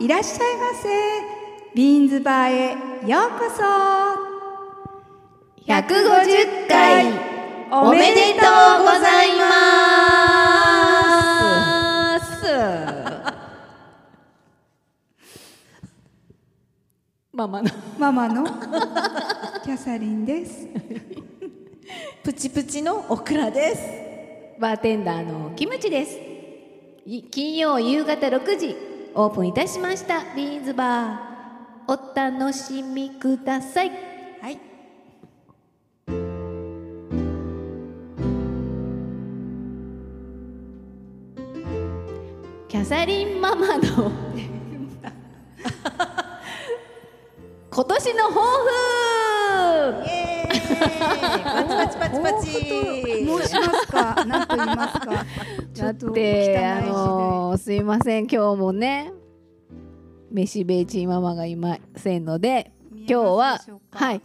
いらっしゃいませビーンズバーへようこそ150回おめでとうござい ますママのママのキャサリンですプチプチのオクラですバーテンダーのキムチですい金曜夕方6時オープンいたしましたビーンズバーお楽しみくださいはいキャサリンママ の今年の抱負イエーイパチパチパチパチもうしますか何と言いますかだってあ汚のーすいません今日もね飯べいちママがいませんのでい字で今日は見えますでしょうかはい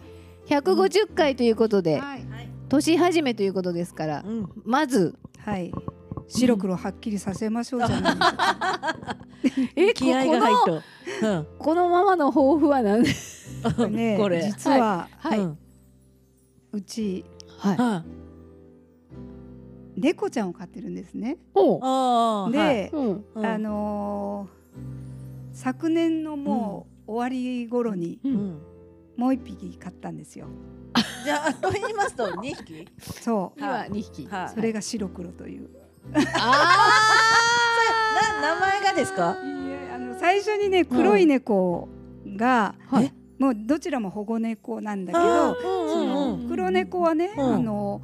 150回ということで、はい年始めということですから、うんまずはい白黒はっきりさせましょうじゃないですかえ気合が入ったうんこのこのママの抱負は何ですねこれ実ははうい、んうちはい、あ猫ちゃんを飼ってるんですねおうあで、はいうんうんあのー昨年のもう終わり頃にうんもう一匹飼ったんですよ。じゃあと言いますと2匹 そう、今二匹はいそれが白黒という。な名前がですかあの最初にね黒い猫が、はいえもうどちらも保護猫なんだけあど、ーうんうん黒猫はね、うんあの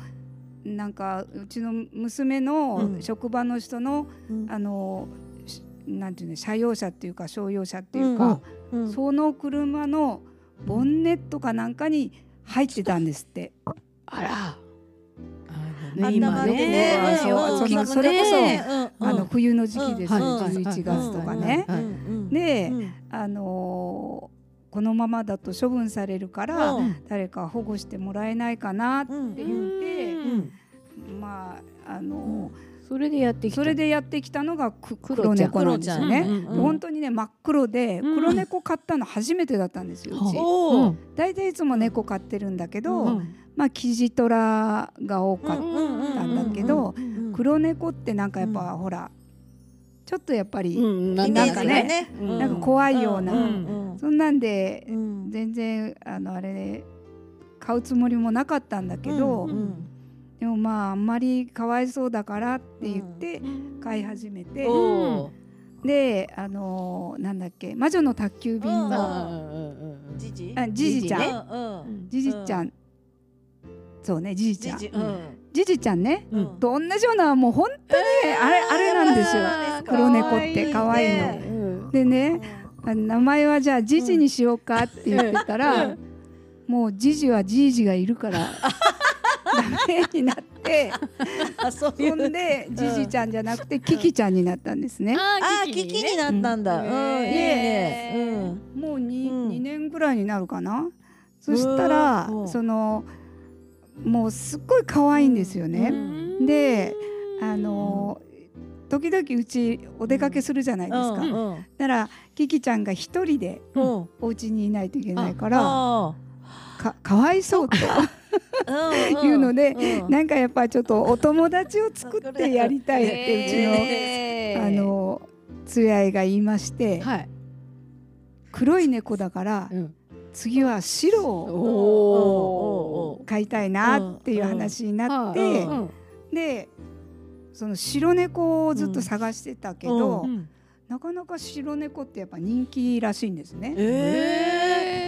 なんかうちの娘うのん職場の人の、うんあのしなんていうの車用車っていうか商用車っていうか、うんその車のボンネットかなんかに入ってたんですって。あらあんなね今丸でねねそううんそう大きくそれこそねうんあの冬の時期ですね、うん11月とかね。はいうんで、うんあのーこのままだと処分されるから、うん誰か保護してもらえないかなってう言んって、ううんまああのそれでやってーきたそれでやってきたのがく黒黒ちゃん猫なんですよ黒ちゃね。んうんうん本当にね真っ黒でうん黒猫飼ったの初めてだったんですよ、うち。おー大体いつも猫飼ってるんだけど、うんまあキジトラが多かっうんたうんだけうんうんど、うん黒猫ってなんかやっぱ、ほらちょっとやっぱり、うんなイんメーなジんがかねねうんなんか怖いような、うんうんそんなんでうん全然あのあれ買うつもりもなかったんだけど、うんうんでもまああんまりかわいそうだからって言って飼い始めて、おーであのーなんだっけ魔女の宅急便うんのじじあじじちゃねんじじちゃんそうねじじちじゃんじじじちゃんねうんと同じようなもう本当にねあれあれなんですよあー黒猫って可愛いの。可愛いねでねあ名前はじゃあジジにしようかって言ってたら、うんうもうジジはジージがいるからダメになってあそういほうんでジジちゃんじゃなくてキキちゃんになったんですね。ああーキキになったんだううんんいいねへーうんもう 2,、うん二年ぐらいになるかなそしたらうんそのもうすっごい可愛いんですよね。ねであの時々うちお出かけするじゃないですか。うんだうんからキキちゃんが一人でうんお家にいないといけないからあかかわいそうと。ーいうのでうんなんかやっぱちょっとお友達を作ってやりたいってうちの、えーあの連れ合いが言いまして、はい黒い猫だから次は白をおー飼いたいなっていう話になって、うんうんでその白猫をずっと探してたけど、うんなかなか白猫ってやっぱ人気らしいんですね。えー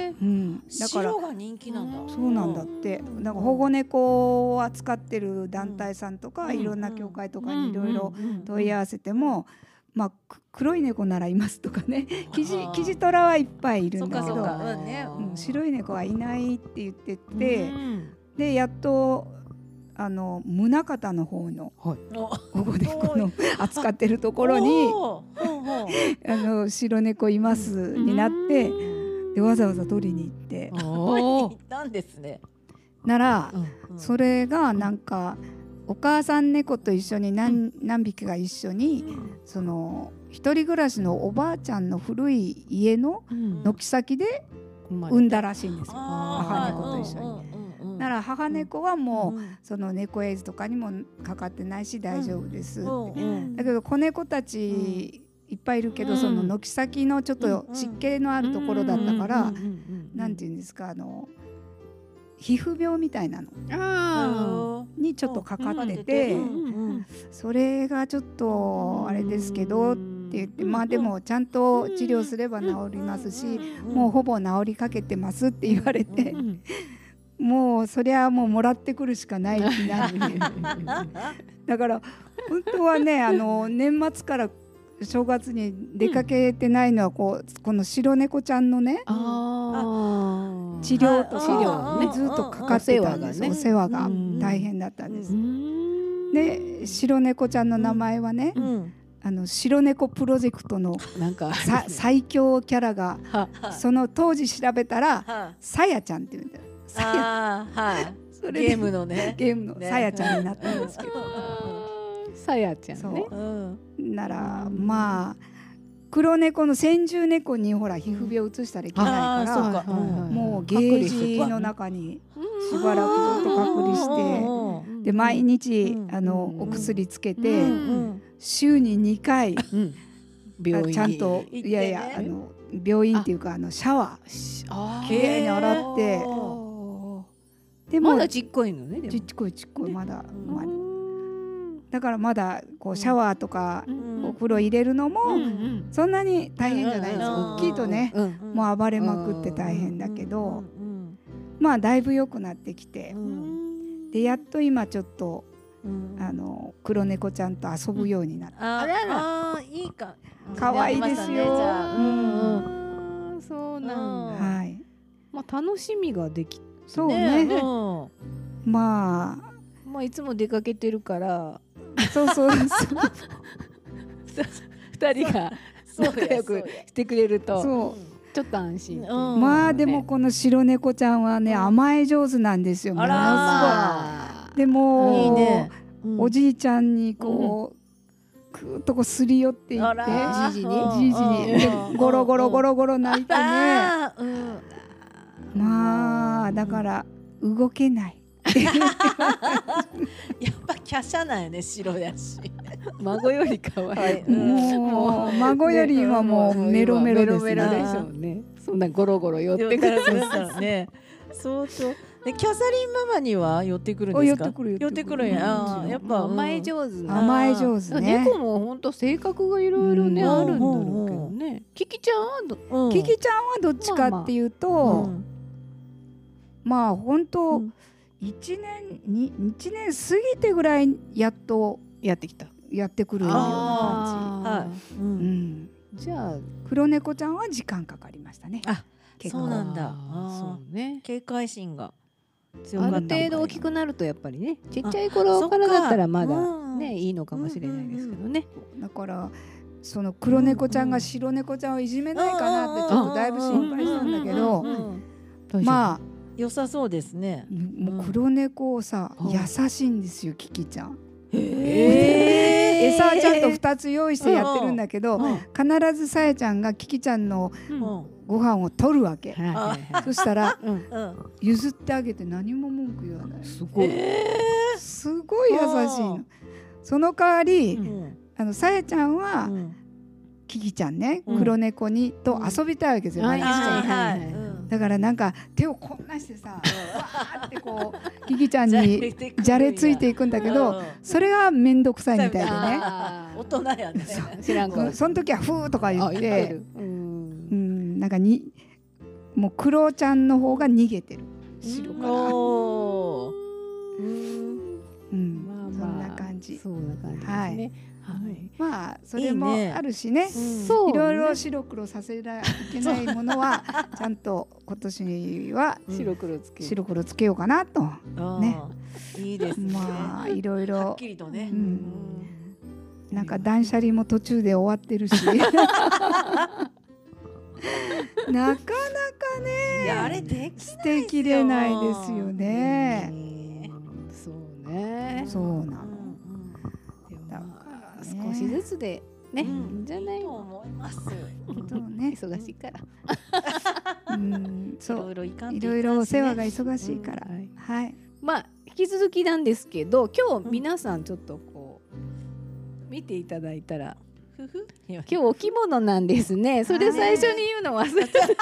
えうん、だから白が人気なんだそうなんだってなんか保護猫を扱ってる団体さんとか、うんいろんな協会とかにいろいろうん問い合わせても、まあ、く黒い猫ならいますとかねキジあーキジトラはいっぱいいるんだけそどうかそうかうんねうん白い猫はいないって言ってて、うんでやっとあの宗像の方のお保護猫の 扱ってるところにおーほうほう「あの白猫います」になってでわざわざ取りに行って ここに行ったんですね。なら、そそれがなんかお母さん猫と一緒に何,、何匹か一緒にその一人暮らしのおばあちゃんの古い家のうん軒先でま産んだらしいんですよ。あー母猫と一緒にうんうんうんなら母猫はもう、うんその猫エイズとかにもかかってないし大丈夫ですって、うんうんだけど子猫たちいっぱいいるけど、うんその軒先のちょっと湿気のあるところだったから、うんうんうんうんなんていうんですかあの皮膚病みたいなのあにちょっとかかってて、うんうんそれがちょっとーあれですけどって言って、まあでもちゃんと治療すれば治りますし、うんもうほぼ治りかけてますって言われて、うんもうそりゃもうもらってくるしかない気な んでだから本当はねあの年末から正月に出かけてないのはこうこの白猫ちゃんのねあ治療と治か、療ねねずっとかかってたんですおお世世話話ががねうん大変だったんです。うんで白猫ちゃんの名前はね、うんあの白猫プロジェクトのなんかさ最強キャラがはその当時調べたらはさやちゃんっていうんだよあさやあーはいそれゲでームのねゲームのねさやちゃんになったんですけど、さやちゃんねそうんならまあ黒猫の先住猫にほら皮膚病移したらいけないあかーら、そうかうんもうゲージの中にしばらくずっと隔離しうんて。うんうんで毎日、うんあのうんお薬つけうて、んうん週に2回うん病院あちゃんと行ってねいやいやあの病院っていうかあのシャあワーーきれいに洗ってでもまだちっこいのねでもちっちこいちっこいまだうんまあうんだからまだこうシャワーとかうんお風呂入れるのうもんそんなに大変じゃないですうんうんうん大きいとねうんうんもう暴れまくって大変だけどうんまあだいぶ良くなってきてううんんでやっと今ちょっとうんうんあの黒猫ちゃんと遊ぶようになってああららあーいいか可愛いですよじゃあうんあーそうなんだ、うんはいまあ楽しみができそうねねうんままあいつも出かけてるからあそう そうそう二人が そう仲良くしてくれるとそうちょっと安心っていううんまあでもこの白猫ちゃんはねうん甘え上手なんですよもあのらーすあごいでもいいねおじいちゃんにこうくーっとこうすり寄っていっあてらじいじうにんじいじにでうんゴロゴロゴロゴロ泣いてねあーうんまあだから動けないやっぱ華奢なんよね白だし孫より可愛い、うんもう孫より今もうメロメロですメねロメロねでしょうねそんなゴロゴロ寄っ寄っててくくるるからね相当でキャサリンママには寄ってくるんおで寄っすかてくる寄ってくるんうやもちあろーんやっぱ甘え上手な甘え上手ね猫も本当性格がいろいろね、うんあるんだろうけどね。キキちゃんはどうんキキちゃんはどっちかっていうとうんまあ本う当ん一年に一年過ぎてぐらいやっとやってきた。やってくるような感あうじうんんーじゃあ黒猫ちゃんは時間かかりましたねあ結そう構なんだあーあーそうね。警戒心が強かあったるのか程度大きくなるとやっぱりね、ちっちゃい頃からだったらまそっかうだんねいいのかもしれないですけどね。だからその黒猫ちゃんが白猫ちゃんをいじめないかなってちょっとだいぶ心配したんだけどうんうんうんうんまあ良さそうですねもう黒猫をさうん優しいんですよキキちゃん。え餌はちゃんと2つ用意してやってるんだけどうん必ずさやちゃんがキキちゃんのうんはご飯を取るわけい。はいはそしたらい。うんうん譲ってあげて何も文句言わないすごい。すごい優しいあの。その代わうりんあのさやちゃんはうんキキちゃんねうん黒猫にと遊びたいわけですようん毎日あーはいはいうんだからなんか手をこんなしてさわーってこうキキちゃん じゃにじゃれついていくんだけどそれが面倒くさいみたいでねあー大人やね そう知らんかうんその時は「ふー」とか言あっ言っててる。うんうんなんかにもうクロちゃんの方が逃げてる白から、おーうんうんまあそんまあな感じそんな感じですね。はい。まあそれもいいねあるしねうんそうねいろいろ白黒させらいけないものはちゃんと今年はうん白黒つける。白黒つけようかなとあーねいいですねまあいろいはっろきりとねううんんなんか断捨離も途中で終わってるし。 なかなかね。いやあれでき捨てきれないですよね。そうね。そうなうのんうんだかね少しずつでね、うんじゃないいいと思います。そうね忙しいから、うんいそろういろいかんといいかんしねろいろお世話が忙しいから、うんはいはいまあ引き続きなんですけど今日うん皆さんちょっとこう見ていただいたらふふ今今日お着物なんですねそれ最初に言うの忘れて本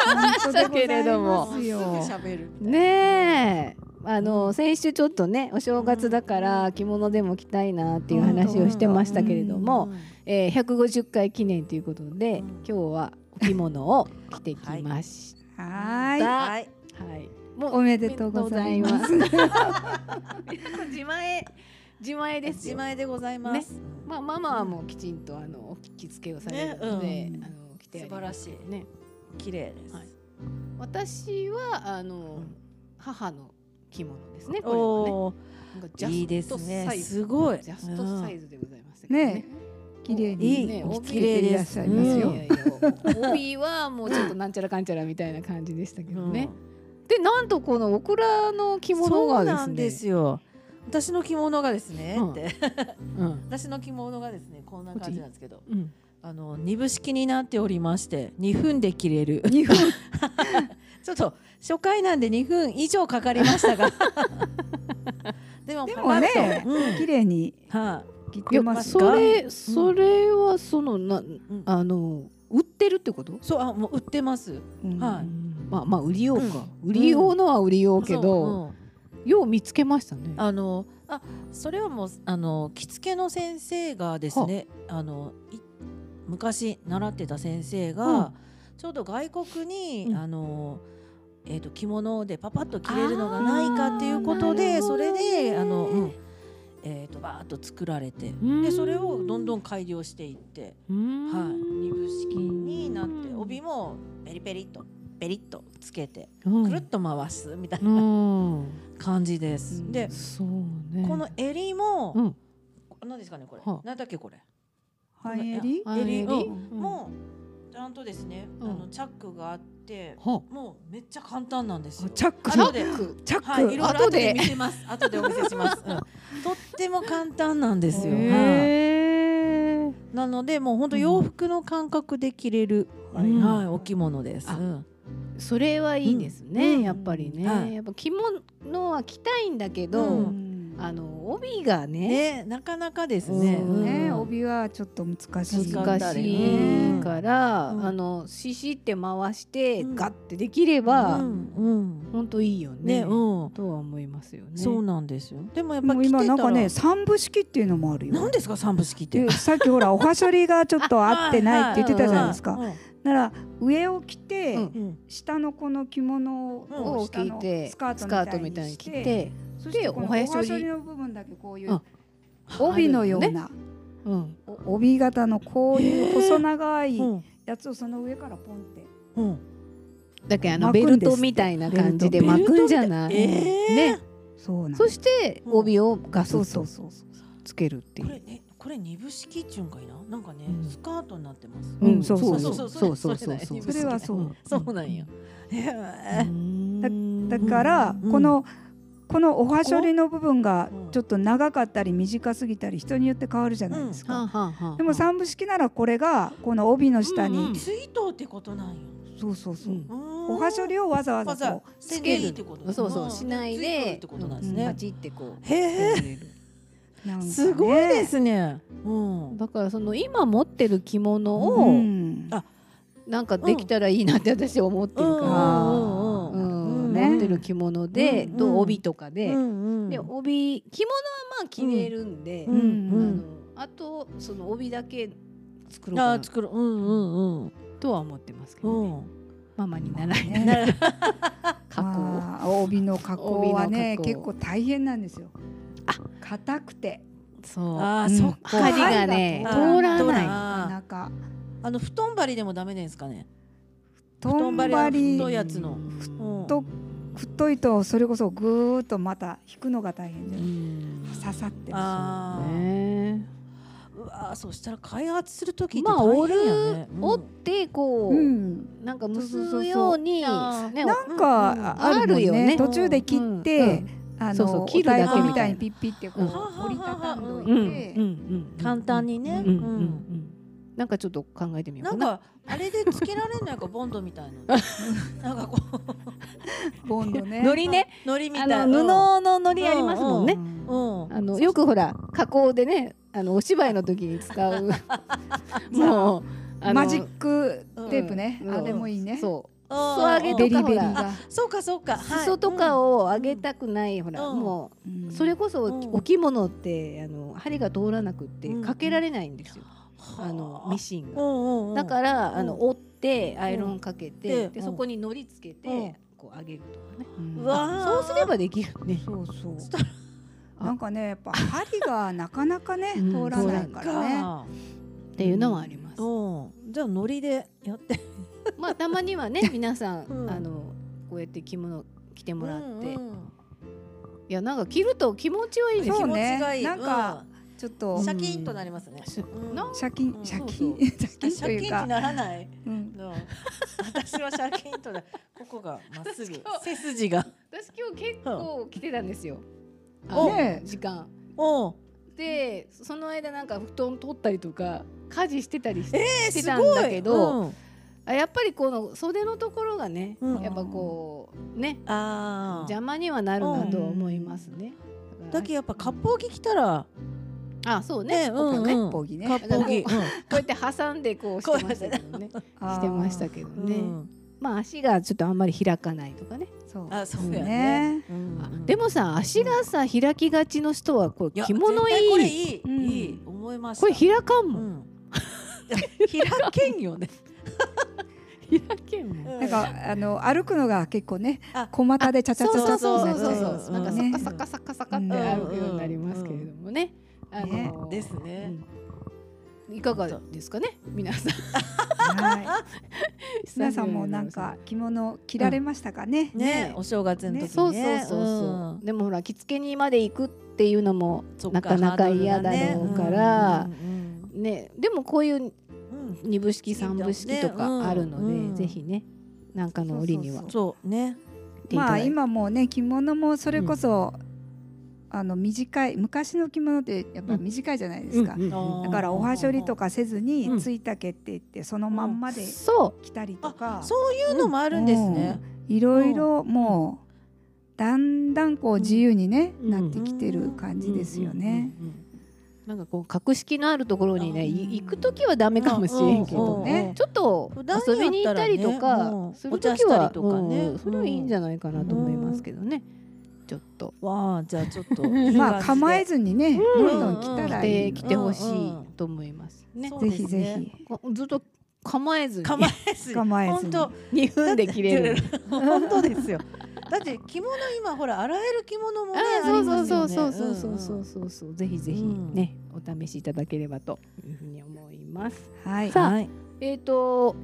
当でございますよけれどもすよすぐ喋るみたいな。ねえあの先週ちょっとねお正月だから着物でも着たいなっていう話をしてましたけれども、えー、150回記念ということでうん今日はお着物を着てきましはーいだはい。た。はい、もおめでとうございますおめでとうございます。自前自前です自よ。前でございます。まあママはもうきちんとあの着付けをされるので、ねうんあの着てありますよ素晴ね。綺麗です。はい私はあの、ん母の着物ですね。これはね。おお、なんかジャストいいですねサ。イズすごい。ジャストサイズでございますね綺麗いいにねお帯綺麗いでらっすしゃいますよ、いやいやいや帯はもうちょっとなんちゃらかんちゃらみたいな感じでしたけうどんね。でなんとこのオクラの着物そがうですね。なんですよ。私の着物がですね、うんってうん。私の着物がですねこんな感じなんですけどうん。あの二部式になっておりまして2分で着れる 日本ちょっと初回なんで2分以上かかりました がでもでもねパパッとうん綺麗にはい切っいてまやすそかれそれはそのなうんあの売ってるってこと？そうあもう売ってますうんはまあまあ売りようか。売りようのは売りようけど、そうよう見つけましたねうん。あのあそれはもうあの着付けの先生がですねあのい昔習ってた先生が、うんちょうど外国に、うんあのえー、と着物でパパッと着れるのがないかっていうことで、あーそれなでるあほの、どねうんえー、とバーッと作られてんでそれをどんどん改良していって、は、はい二部式になって帯もペリペリっとペリッとつけてくるっと回すみたいな。うん。感じです。うんで、そうね。この襟も、うん何ですかねこれ、はなんだっけこれ、半襟あ襟襟うんもうちゃんとですね、うんあのチャックがあって、はもうめっちゃ簡単なんですよ。あチャック後でクチャはい、いろいろック後後でで見せます。後でお見せします。うんとっても簡単なんですよ。はいへーなのでもう本当洋服の感覚で着れる、はいうんはい、お着物です。あうんそれはいいですね、うんやっぱりね、はいやっぱ着物は着たいんだけど、うあの帯がねね、なかなかですね。そうねうん帯はちょっと難しい難難ししいいから、うんあのシシって回して、うんガッてできれば、うん、うん、ほんといいよねね、うん。とは思いますよね。そうなんですよ。でもやっぱも着うてた今ならんかね、三部式っていうのもあるよ何ですか三部式ってで。さっきほらおはしょりがちょっと合ってないって言ってたじゃないですかうん。なら上を着て、うんうん下のこの着物うんをを下着のてスカートみたいに着着てて、そしてでこのおおははやしょりしょりの部分だけこういううん帯のようねなうん、お帯型のこういう細長いうんやつをその上からポンってうん。だけあの巻ベくんですっルてトみたいな感じでベルト巻くんじゃない、ええね、そうなのそしてうん帯をガスそうッそとうそうそうつけるっていこう。れねこれ二部式っていうんかいな。なんかねうんスカートになってます。うんそうそうそうそうそうそそううそうそれはそううんそうなんや。へだからうんこのこのおはしょりの部分がうんちょっと長かったり短すぎたり人によって変わるじゃないですはあかはあはあでも三部式ならこれがこの帯の下うんうにんえ。ツイートってことなんや。そうそうそううんおおはしょりをわざわざわざこうつけるってこと。そうそうあーしないツイートでってことなんですうんパね。チってこうへえ。なんかねすごいですね。うん。だからその今持ってる着物うをんあなんかできたらいいなって私は思ってるかあら、ううんんね持ってる着物でうんと帯とかうでんうんで帯着物はまあ着れるんでううんあううんのあとその帯だけ作ろうあかー作るうんうんなとは思ってますけうどねんうんママに習いね加工まあ帯の加工はね帯結の加構工大変なんですよ。硬くてそうあうーんそっこうか針がね針が通らないなかなかあの布団針でもダメですかねとん布ば団針りの太いやつのうんと太いとそれこそぐーっとまた引くのが大変で刺さってるあーねうわーそうしたら開発する時ってまあ大折る変やね、うん折ってこう、うんなんか結ぶようにそうそうそうねなんかうんああるもんあるよねね途中で切って、うんあのそうそう切るだけお太鼓みたいにみピッピってこううん折りたたんどいて、うんうんうん簡単にねうんうんううんんなんかちょっと考えてみよなうんかなかあれでつけられないかボンドみたい ななんかこボンドね。のうりねのりみたあいなの布ののりありますもんねうんうんあのよくほら加工でねあのお芝居の時に使うもうあのマジックテープね、うんあれもいいね。そううん裾上げベとリかーほベリーらが。そうかそうかはい裾とかを上げたくないほらうんもうんうそれこそうんお着物ってあの針が通らなくってうんかけられないんですよあのミシシンうが。んうんうんだからあうのん折ってアイロンかけてうんでうんそこにのりつけてこう上げるとかね。うんうわーそうすればできるね。そうそうした なんかねやっぱ針がなかなかねうん通らないからね。かっていうのはあります。うんじゃあのりでやってまあたまにはね皆さん、うんあのこうやって着物着てもらって、うんいうんやなんか着ると気持ちはいいですそよう気持ねちがいいなんかちょっうとんシャキーンとなりますねそうんなん借金うん 借そう金そ借金シとャいキうーンかに。な らないうんどう私はシャキーンとだここがまっ すぐ背筋が私今日結構着てたんですよ。あおのねえ時間おうでその間なんか布団取ったりとか家事してたりして,、えーすたんごだいけど、うんあやっぱりこの袖のところがね、うんやっぱこうねああ邪魔にはなるなと思いますね。だけどやっぱ割烹着来たらあそうねねこうかねうんうんポギね。割烹着こうやって挟んでこうしてましたけどね。あーしてましたけどうんね、うんまあ足がちょっとあんまり開かないとかね、そう。あそうそうやねねうんうんでもさ足がさ開きがちの人はこれいや着物いい絶対ここれれいいうんいい思いました開かんも、うん ん開け んよね開けんもんなんかあの歩くのが結構ねあ小股でちゃちゃちゃちゃそうそそううにそなうっちゃそうう、うなんんかねサカサカサカサカって歩くようになりますけれどもね、あのねーですねいかがですかね皆さんはい皆さんも久しぶりになんか着物着られましたかね。ねねお正月の時ねそうそうそうそう、でもほら着付けにまで行くっていうのもそっなかかなか嫌だろうから、ハードルがねうんねでもこういううんうん二部式三部式とかあるので、ねうんぜひねなんかの折にはそうそうねっていたまあだいて今もうね着物もそれこそ、あの短い昔の着物ってやっぱ短いじゃないですか、うんうんうんだからおはしょりとかせずに、うんついたけって言ってそのまんまでそう着たりとかあ、そういうのもあるんですね。いろいろもう、だんだんこう自由に、ねうんなってきてる感じですよね。うんうんうんなんかこう格式のあるところにあねーい行く時はダメかもしれんけどうんうんうねんちょっと普段やった遊らねびに行ったりとうかんする時はお茶したりとかねうんそれはいいんじゃないかなと思いますけどねちょっとわあ、じゃあちょっとまあ構えずずにね、んどんどん着た着らいてい来てほしいと思いますねぜひぜひ。こずっと構えずに 構えずに。構えずに本当。 2分で切れる。 本当ですよ。だって着物今ほら洗える着物もね。あーそうそうそうそうそうそうありますそようね。そうそうぜひぜひうんね、お試しいただければというふうに思います。はい、さあはい。えっ、と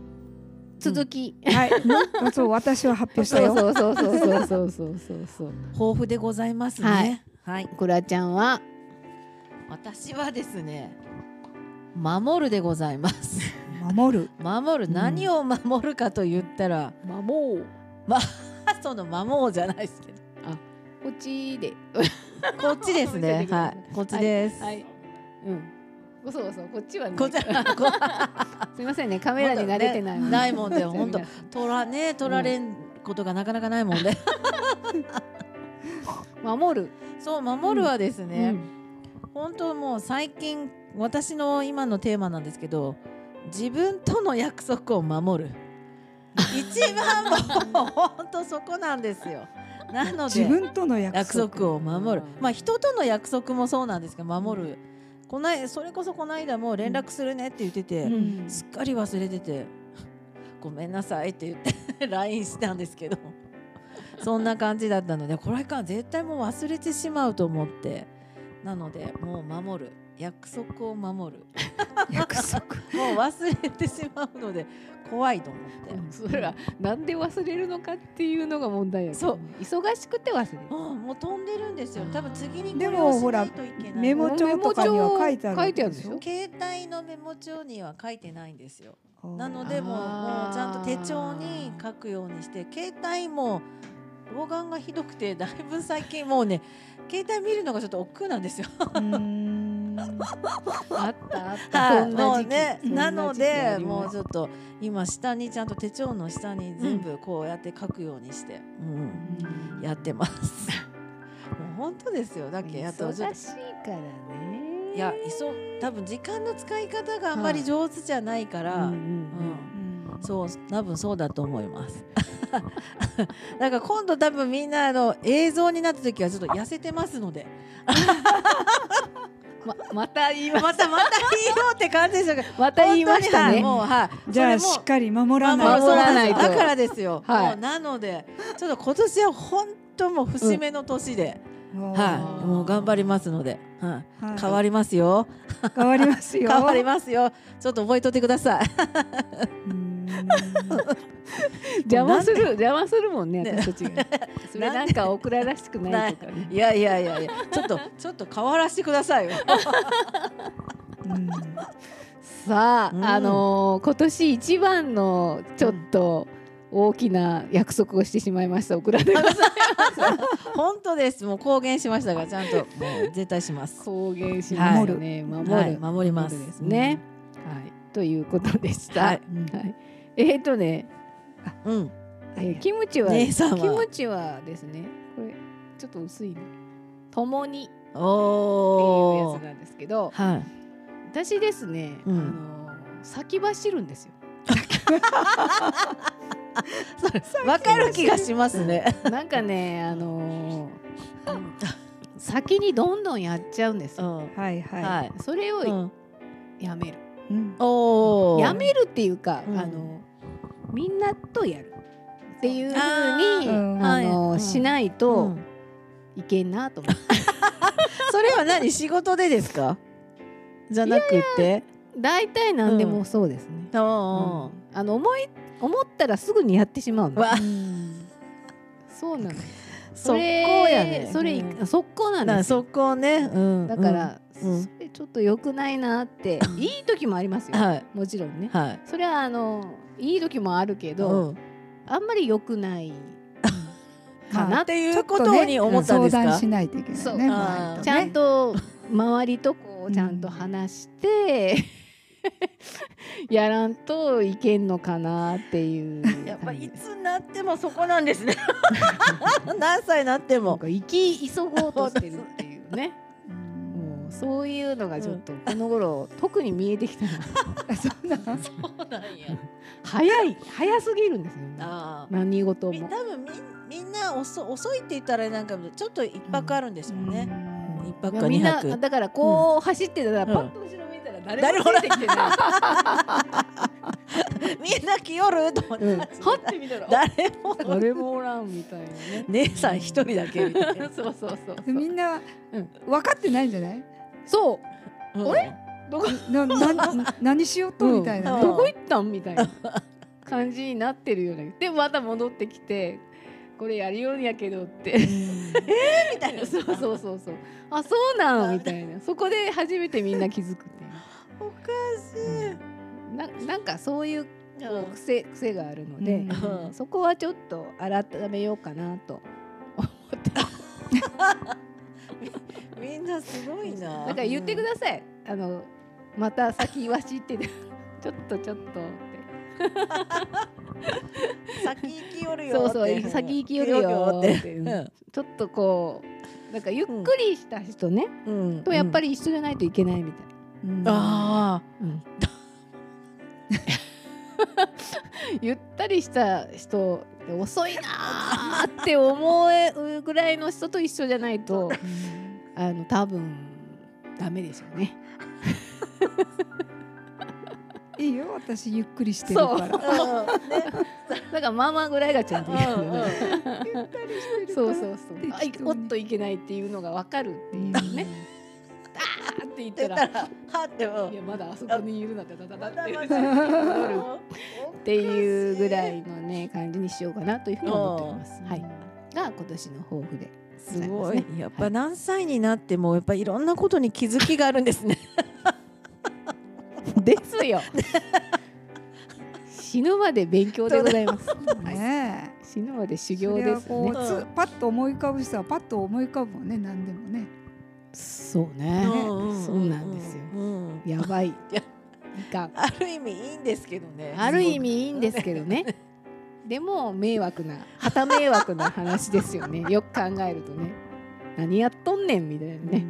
続き、はい、 そう私は発表したそうよ。そうそうそうそうそうそうそうそう。豊富でございますはいね。はい。クラちゃんは私はですね。守るでございます。 守る。守る、何を守るかと言ったら。守う その守うじゃないですけど。こっちでこっちです ね。はい。こっちです。はいうん。ごそうそうこっちはね。こっち。こすみませんねカメラに慣れてない。まだねないもんでほんと皆さ取らね取られんことがなかなかないもんでん守る。そう守るはですうね、ん本当もう最近私の今のテーマなんですけど自分との約束を守る一番もう本当そこなんですよなの自で分との約約束。束を守るまあ人との約束もそうなんですけど守るこないそれこそこの間も連絡するねって言ってて、うんすっかり忘れてて 「ごめんなさい」って言って LINE したんですけど そんな感じだったのでこれか絶対もう忘れてしまうと思ってなのでもう守る約束を守る約束。もう忘れてしまうので怖いと思って。うんそれはなんで忘れるのかっていうのが問題やけどね忙しくて忘れるうんもう飛んでるんですよ。多分次にこでれもをしないといけない。メモ帳とかには書いてある書いてあるでしょ携帯のメモ帳には書いてないんですよ。なのあでーもうもうちゃんと手帳に書くようにして携帯も老眼がひどくてだい ぶ最近もうね携帯見るのがちょっと億劫なん ですよ。うんあったあった、はそい、ん もなう時期ねそんなの時期あでりもまうすちょっと今下にちゃんと手帳の下に全部こうやって書くようにして、うんやってます もう本当ですよだっけあとちょっ忙としいからねいやいそ多分時間の使い方があんまり上手じゃないから、うんうんうんそう多分そうだと思います だから今度多分みんなあの映像になった時はちょっと痩せてますのでうんままた言いままたまたいいよって感じでしたけどま た言いました本当ねにはいもうはいじゃあそれもしっかり守らまあないとまあ守らないとそうなんですよだからですよ、はいもうなのでちょっと今年は本当もう節目の年で、もうはいもう頑張りますので、はいはい変わりますよ変わりますよ変わりますよちょっと覚えといてくださいうん邪魔する邪魔するもんねね私たち がそれなんかオクラらしくないとかねいやいやいやいやちょっとちょっと変わらせてくださいようん さあ、うんあのー今年一番のちょっと大きな約束をしてしまいましたオクラでございます本当ですもう公言しましたがちゃんともう絶対します公言しますよね、守る、はい守りますということですね、はいということでした、ははいいうんえー、とね、うんえーキムチは姉キさんはムチはですねこれちょっと薄いねともにっていうおやおつなんですけどはい私ですね、うんあのー先走るんですよわかる気がしますね なんかね、あの ー先にどんどんやっちゃうんですうよ。んはいははい、それうをん、やめる。いうんおおやめるっていうか、うんあのみんなとやるっていうふうにあーうんあの、はいしないといけんなと思って、それは何仕事でで すかじゃなくて大体何でもそうですね。おーあの思い思ったらすぐにやってしまうの。わうんそう なの。速攻れやねそれ、うん速攻なんなですよ。速攻ね、うん、だから、うんそれちょっと良くないな っていい時もありますうんよ。はいもちろんね。はいそれはあのいい時もあるけど、うんあんまり良くないかまなあっていちょうっこととねに思ったんです相か談しないといけないそうねあーちゃんとと周りとこうちゃんと話 して、やらんといけんのかなっていうやっぱい感じですつになってもそこなんですね何歳になってなんもか生き急ごうとしてるっていう ねもうそういうのがちょっとこの頃、特に見えてきたの そうなんそうなんや早い早すぎるんですよ、ね、あー何事み多も。分みみんな遅遅いって言ったらなんかちょっと一泊あるんでしょうね、うん一泊いかやみ二んな泊だからこう走ってたら、うんパッと後ろ見たら誰も出てきてない。みんな来よると思って、 うんはってみたら誰 も誰もおらんみたいなね姉さん一人だけみたいな そうそうそうでみんなうん分かってないんじゃないそううんあれどこなな 何しようとみたいなうんねどこ行ったんみたいな 感じになってるよねでまた戻ってきてこれやるようんやけど ってみたい なそうそうそうそうあそうなんみたいなそこで初めてみんな気づくっていおかしうななんかそういうい、こう癖癖があるので、うんうんそこはちょっと改めようかなとみんなすごいなだから言ってください、あのまた先走って てちょっとちょっとってさい先行きよるよそうってそう先行きよるよっ行てきよるよってちょっとこうなんかゆっくりした人ね、うんうんとやっぱり一緒じゃないといけないみたいな、うんあうんゆったりした人って遅いなーって思うぐらいの人と一緒じゃない とあの多分ダメでしょう ね。いいよ私ゆっくりしてるからあだからママぐらいがちゃんといけるうんうんゆったりしてるからそうそうそう。あい適当おにっといけないっていうのがわかるっていうね。あーって言っ出たたら。らはってもいやまだあそこにいるなってだだだだってっていうぐらいのね感じにしようかなというふうに思っております。はい。が今年の抱負で。すごねいやっぱ何歳になってもやっぱいろんなことに気づきがあるんですねですよ。死ぬまで勉強でございます。はいね死ぬまで修行ですそれはねこうつパッと思い浮かぶ人はパッと思い浮かぶもんね何でもねそうねそうなんですようんやばいいやかんある意味いいんですけどねある意味いいんですけどねでも迷惑な旗迷惑な話ですよねよく考えるとね何やっとんねんみたいなね、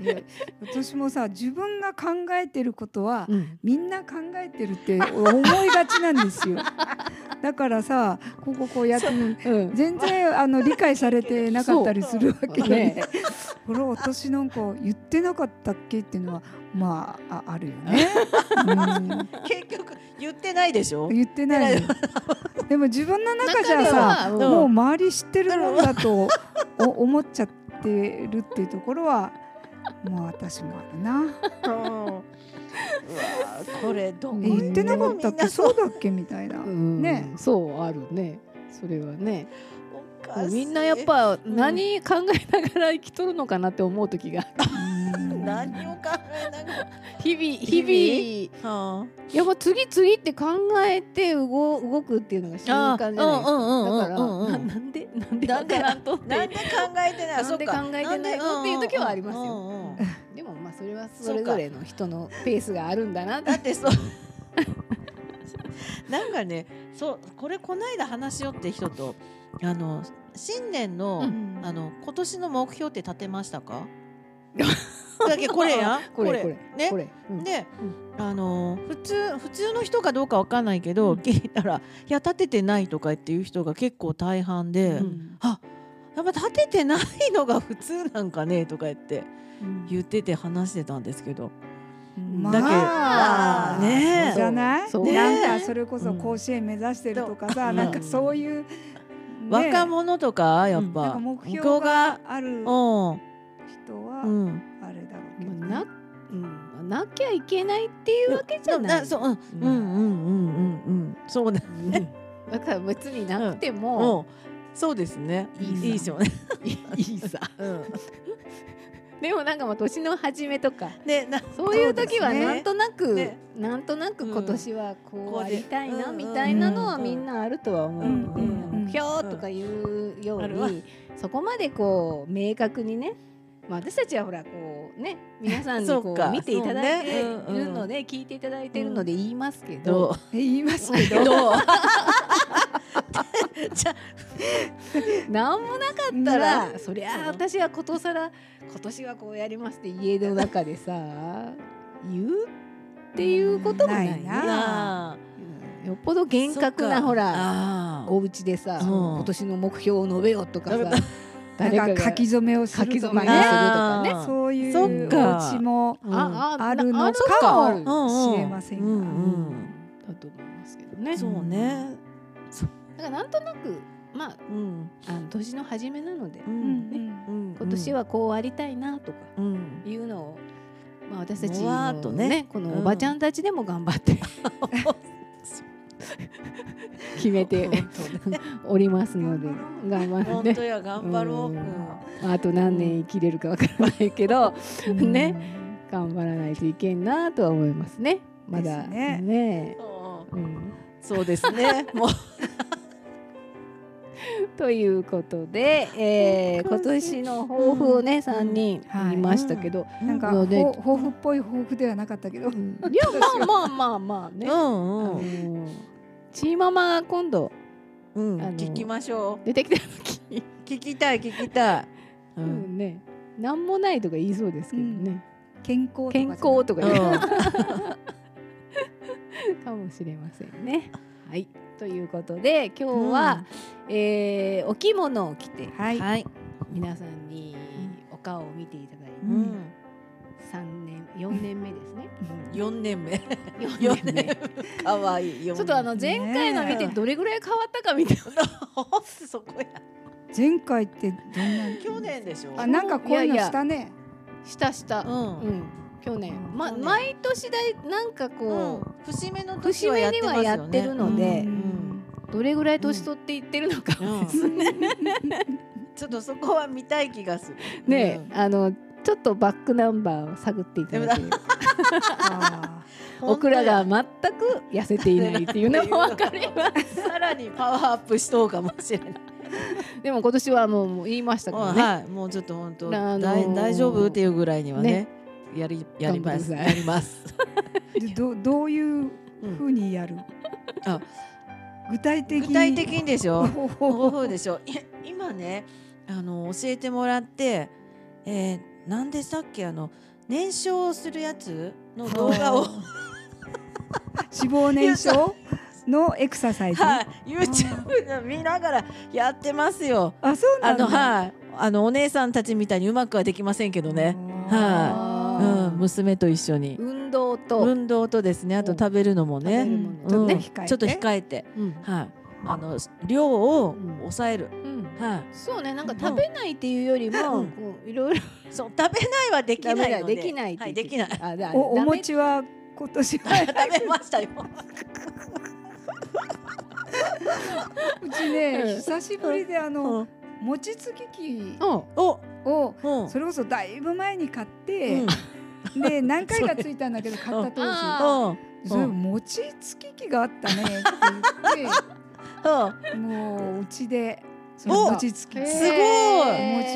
で私もさ自分が考えてることは、うんみんな考えてるって思いがちなんですよ だからさこここうやってうん全然あの理解されてなかったりするわけで、ねこれ私なんか言ってなかったっけっていうのはまあああるよ ね、結局言ってないでしょうん、言ってないのでも自分の中じゃ中でさはうんもう周り知ってるもんだとお 思っちゃってるっていうところはもう私もあるなうわこれどこうんえ言ってなかったっみんけなそうだっけみたいな、うんねそうあるねそれはねおかしいみんなやっぱ何考えながら生きとるのかなって思う時がうん何を考えながら日々日々日は々やっぱ次々って考えて動動くっていうのが習あ慣じゃないですかだからうんうんうんうんうなんなんでなんでなんでわからんとっなんでて考えてないなんで考えてないのっていう時はありますよよでもまあそれはそれぞれの人のペースがあるんだなってだってそう なんかねそうこれこないだ話しよって人とあの新年の、うんあの今年の目標って立てまし たかだっけこれやこれこれねこれうんで、あの普通普通の人かどうかわかんないけど、聞いたら「いや立ててない」とかっていう人が結構大半でう「んあやっぱ立ててないのが普通なんかね」とか言って言ってて話してたんですけどまだけどあねえそうじゃないそうねなんかそれこそ甲子園目指してるとかさ、うんなんかそういう、ね若者とかやっぱ、なんか目標ここがあるうん人はうん、あれだろうけど、まあなうんなきゃいけないっていうわけじゃないそう、うん、ううんん、うん、うん、うん、うん、そうね。 だから別になくてもうん、そうですね。いいさいいですよね。い いさうん、 でもなんかまあ年の初めとかね、な、そういう時はそうですなねんとなく、ねなんとなく今年はこうありたいなうんみたいなのはうんみんなあるとは思うので、うんうん目標とかいうようあに、るわそこまでこう明確にね、まあ、私たちはほらこうね皆さんに そこううか見ていただいていそうねうんうんるので、聞いていただいているので言いますけど、どえ言いますけけどど なんもなかったら、うそりゃあ私はことさら今年はこうやりますって家の中でさ 言うっていうこともない,、ね、ないうん。なあうんよっぽど厳格なほららお家でさ、うん今年の目標を述べよとかさ なんかなんか書き初めをす書るきと初かめにするとねかね。あーそういそうっおか家もうんあるなのそっかもあるしれませんが、うんうんだと思いますけどね。そうね。だからなんとなくまあうん、あの年の初めなので、ううんん、うんうん、今年。はこうありたいなとかうん。いうのを、まあ、私たちぼわーっのとねねこのおばちゃんたちでも頑張 って、決めておりますので頑張っ本て当や、頑張ろう。ううんんあと何年生きれるかわからないけどね頑張らないといけんなとは思いますね。まだですねねそううん、そうですね。もう。ということで、えー、今年の抱負をね、3人言いましたけど、 なんかのほで抱負っぽい抱負ではなかったけど、いやまあまあまあまあね、うあん、のうん、ーチーママが今度うんあの聞きましょ出てきた時、う。聞きたい、聞きたい。う。うんん、ね何もないとか言いそうですけどね、健康とかじゃ健ない康とかう言う、ん。かもしれませんね。はいということで今日は、えーお着物を着てはい、はい。皆さんにお顔を見ていただいて、うん三年4年目ですね。 四年目。四四年目年目。かわいい。ちちょっとあの前回の見てねえどれぐらい変わったかみたいな。そこや。前回ってどんな 去年でしょ。あなんかこういうのしたねしたした。う。うんうんん。去年。ま去年毎年だいなんかこ節目のう節時はや目にってはますやよっね。てるのでうんどれぐらい年取っていってるのかうんですね。ちょっとそこは見たい気がする。ねえあのちょっとバックナンバーを探っていただける あオクラが全く痩せていないっていうのも分かりますすさらにパワーアップしとうかもしれないでも今年はもうもう言いましたからね、はいもうちょっと本当、あのー大大丈夫っていうぐらいにはねやりやります頑張ってくださやいります、ーでどどういうふうにやる、あ具体的に具体的にでしょ方こういう法風でしょいや今ねあの教えてもらって、えー、なんでさっきあの燃焼するやつの動画を、脂肪燃焼のエクササイズ、はい、YouTube の見ながらやってますよ。あそうあなんだのはいあのお姉さんたちみたいにうまくはできませんけどね、あうーあん、娘と一緒に運動と、運動とですねあとうん食べるのも食べね、るものうとんね控えてちょっと控えて、うんはい、あの量を抑える、うんはい、そうねなんか食べないっていうよりも、うんこういろいろそう食べないはできないのでできないはい、できないあだおおダメ餅は今年は 食べましたよ。うちねうん久しぶりであのお、餅つき機うんをうんそれこそだいぶ前に買っうんて、で何回かついたんだ けど買った当あ時うんそれ餅つき機があったねって言っうんてもううちでそおの餅つきへー機すごい餅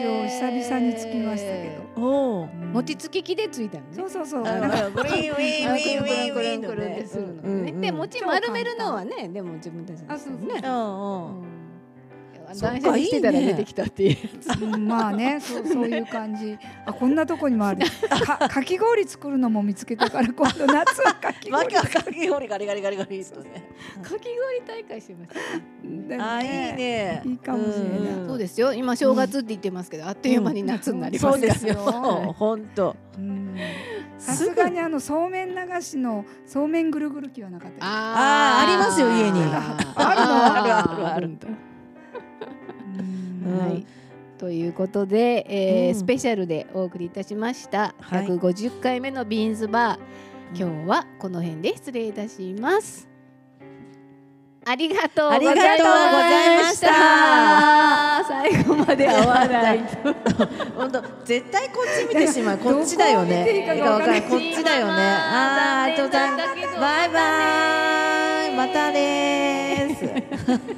を久々につきましたけおうど餅つき器でついたのねそうそうそうなあんのかウィンウィンウィンウィンウィンのねするのうんうねんで餅丸めるのはねでも自分たちのねううんうんんそっか断捨離してたら出てきたっていううんまあねそうそういう感じあこんなとこにもあるかかき氷作るのも見つけたから今度夏はかきわ氷けわかんないよりガリガリガリガリとね。かき氷大会してましただよあいいね。。いいかもしれないそうですすよ今正月って言ってますけどあっという間に夏になりまそすうでかすよ。本当。うんさすがにあのそうめん流しのそうめんぐるぐる機はなかったよあーありますよ家にああるのあるあるあるんだうんうんはい。ということで、えーうんスペシャルでお送りいたしました、はい150回目のビーンズバー、今日はこの辺で失礼いたしますありがとうございましたありがとうご最後ざいましたまで合わない本当絶対こっち見てしまう。こっちだよね。わかんないこっちだよね。ああありがとうございます。バイバイ。ま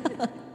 たです。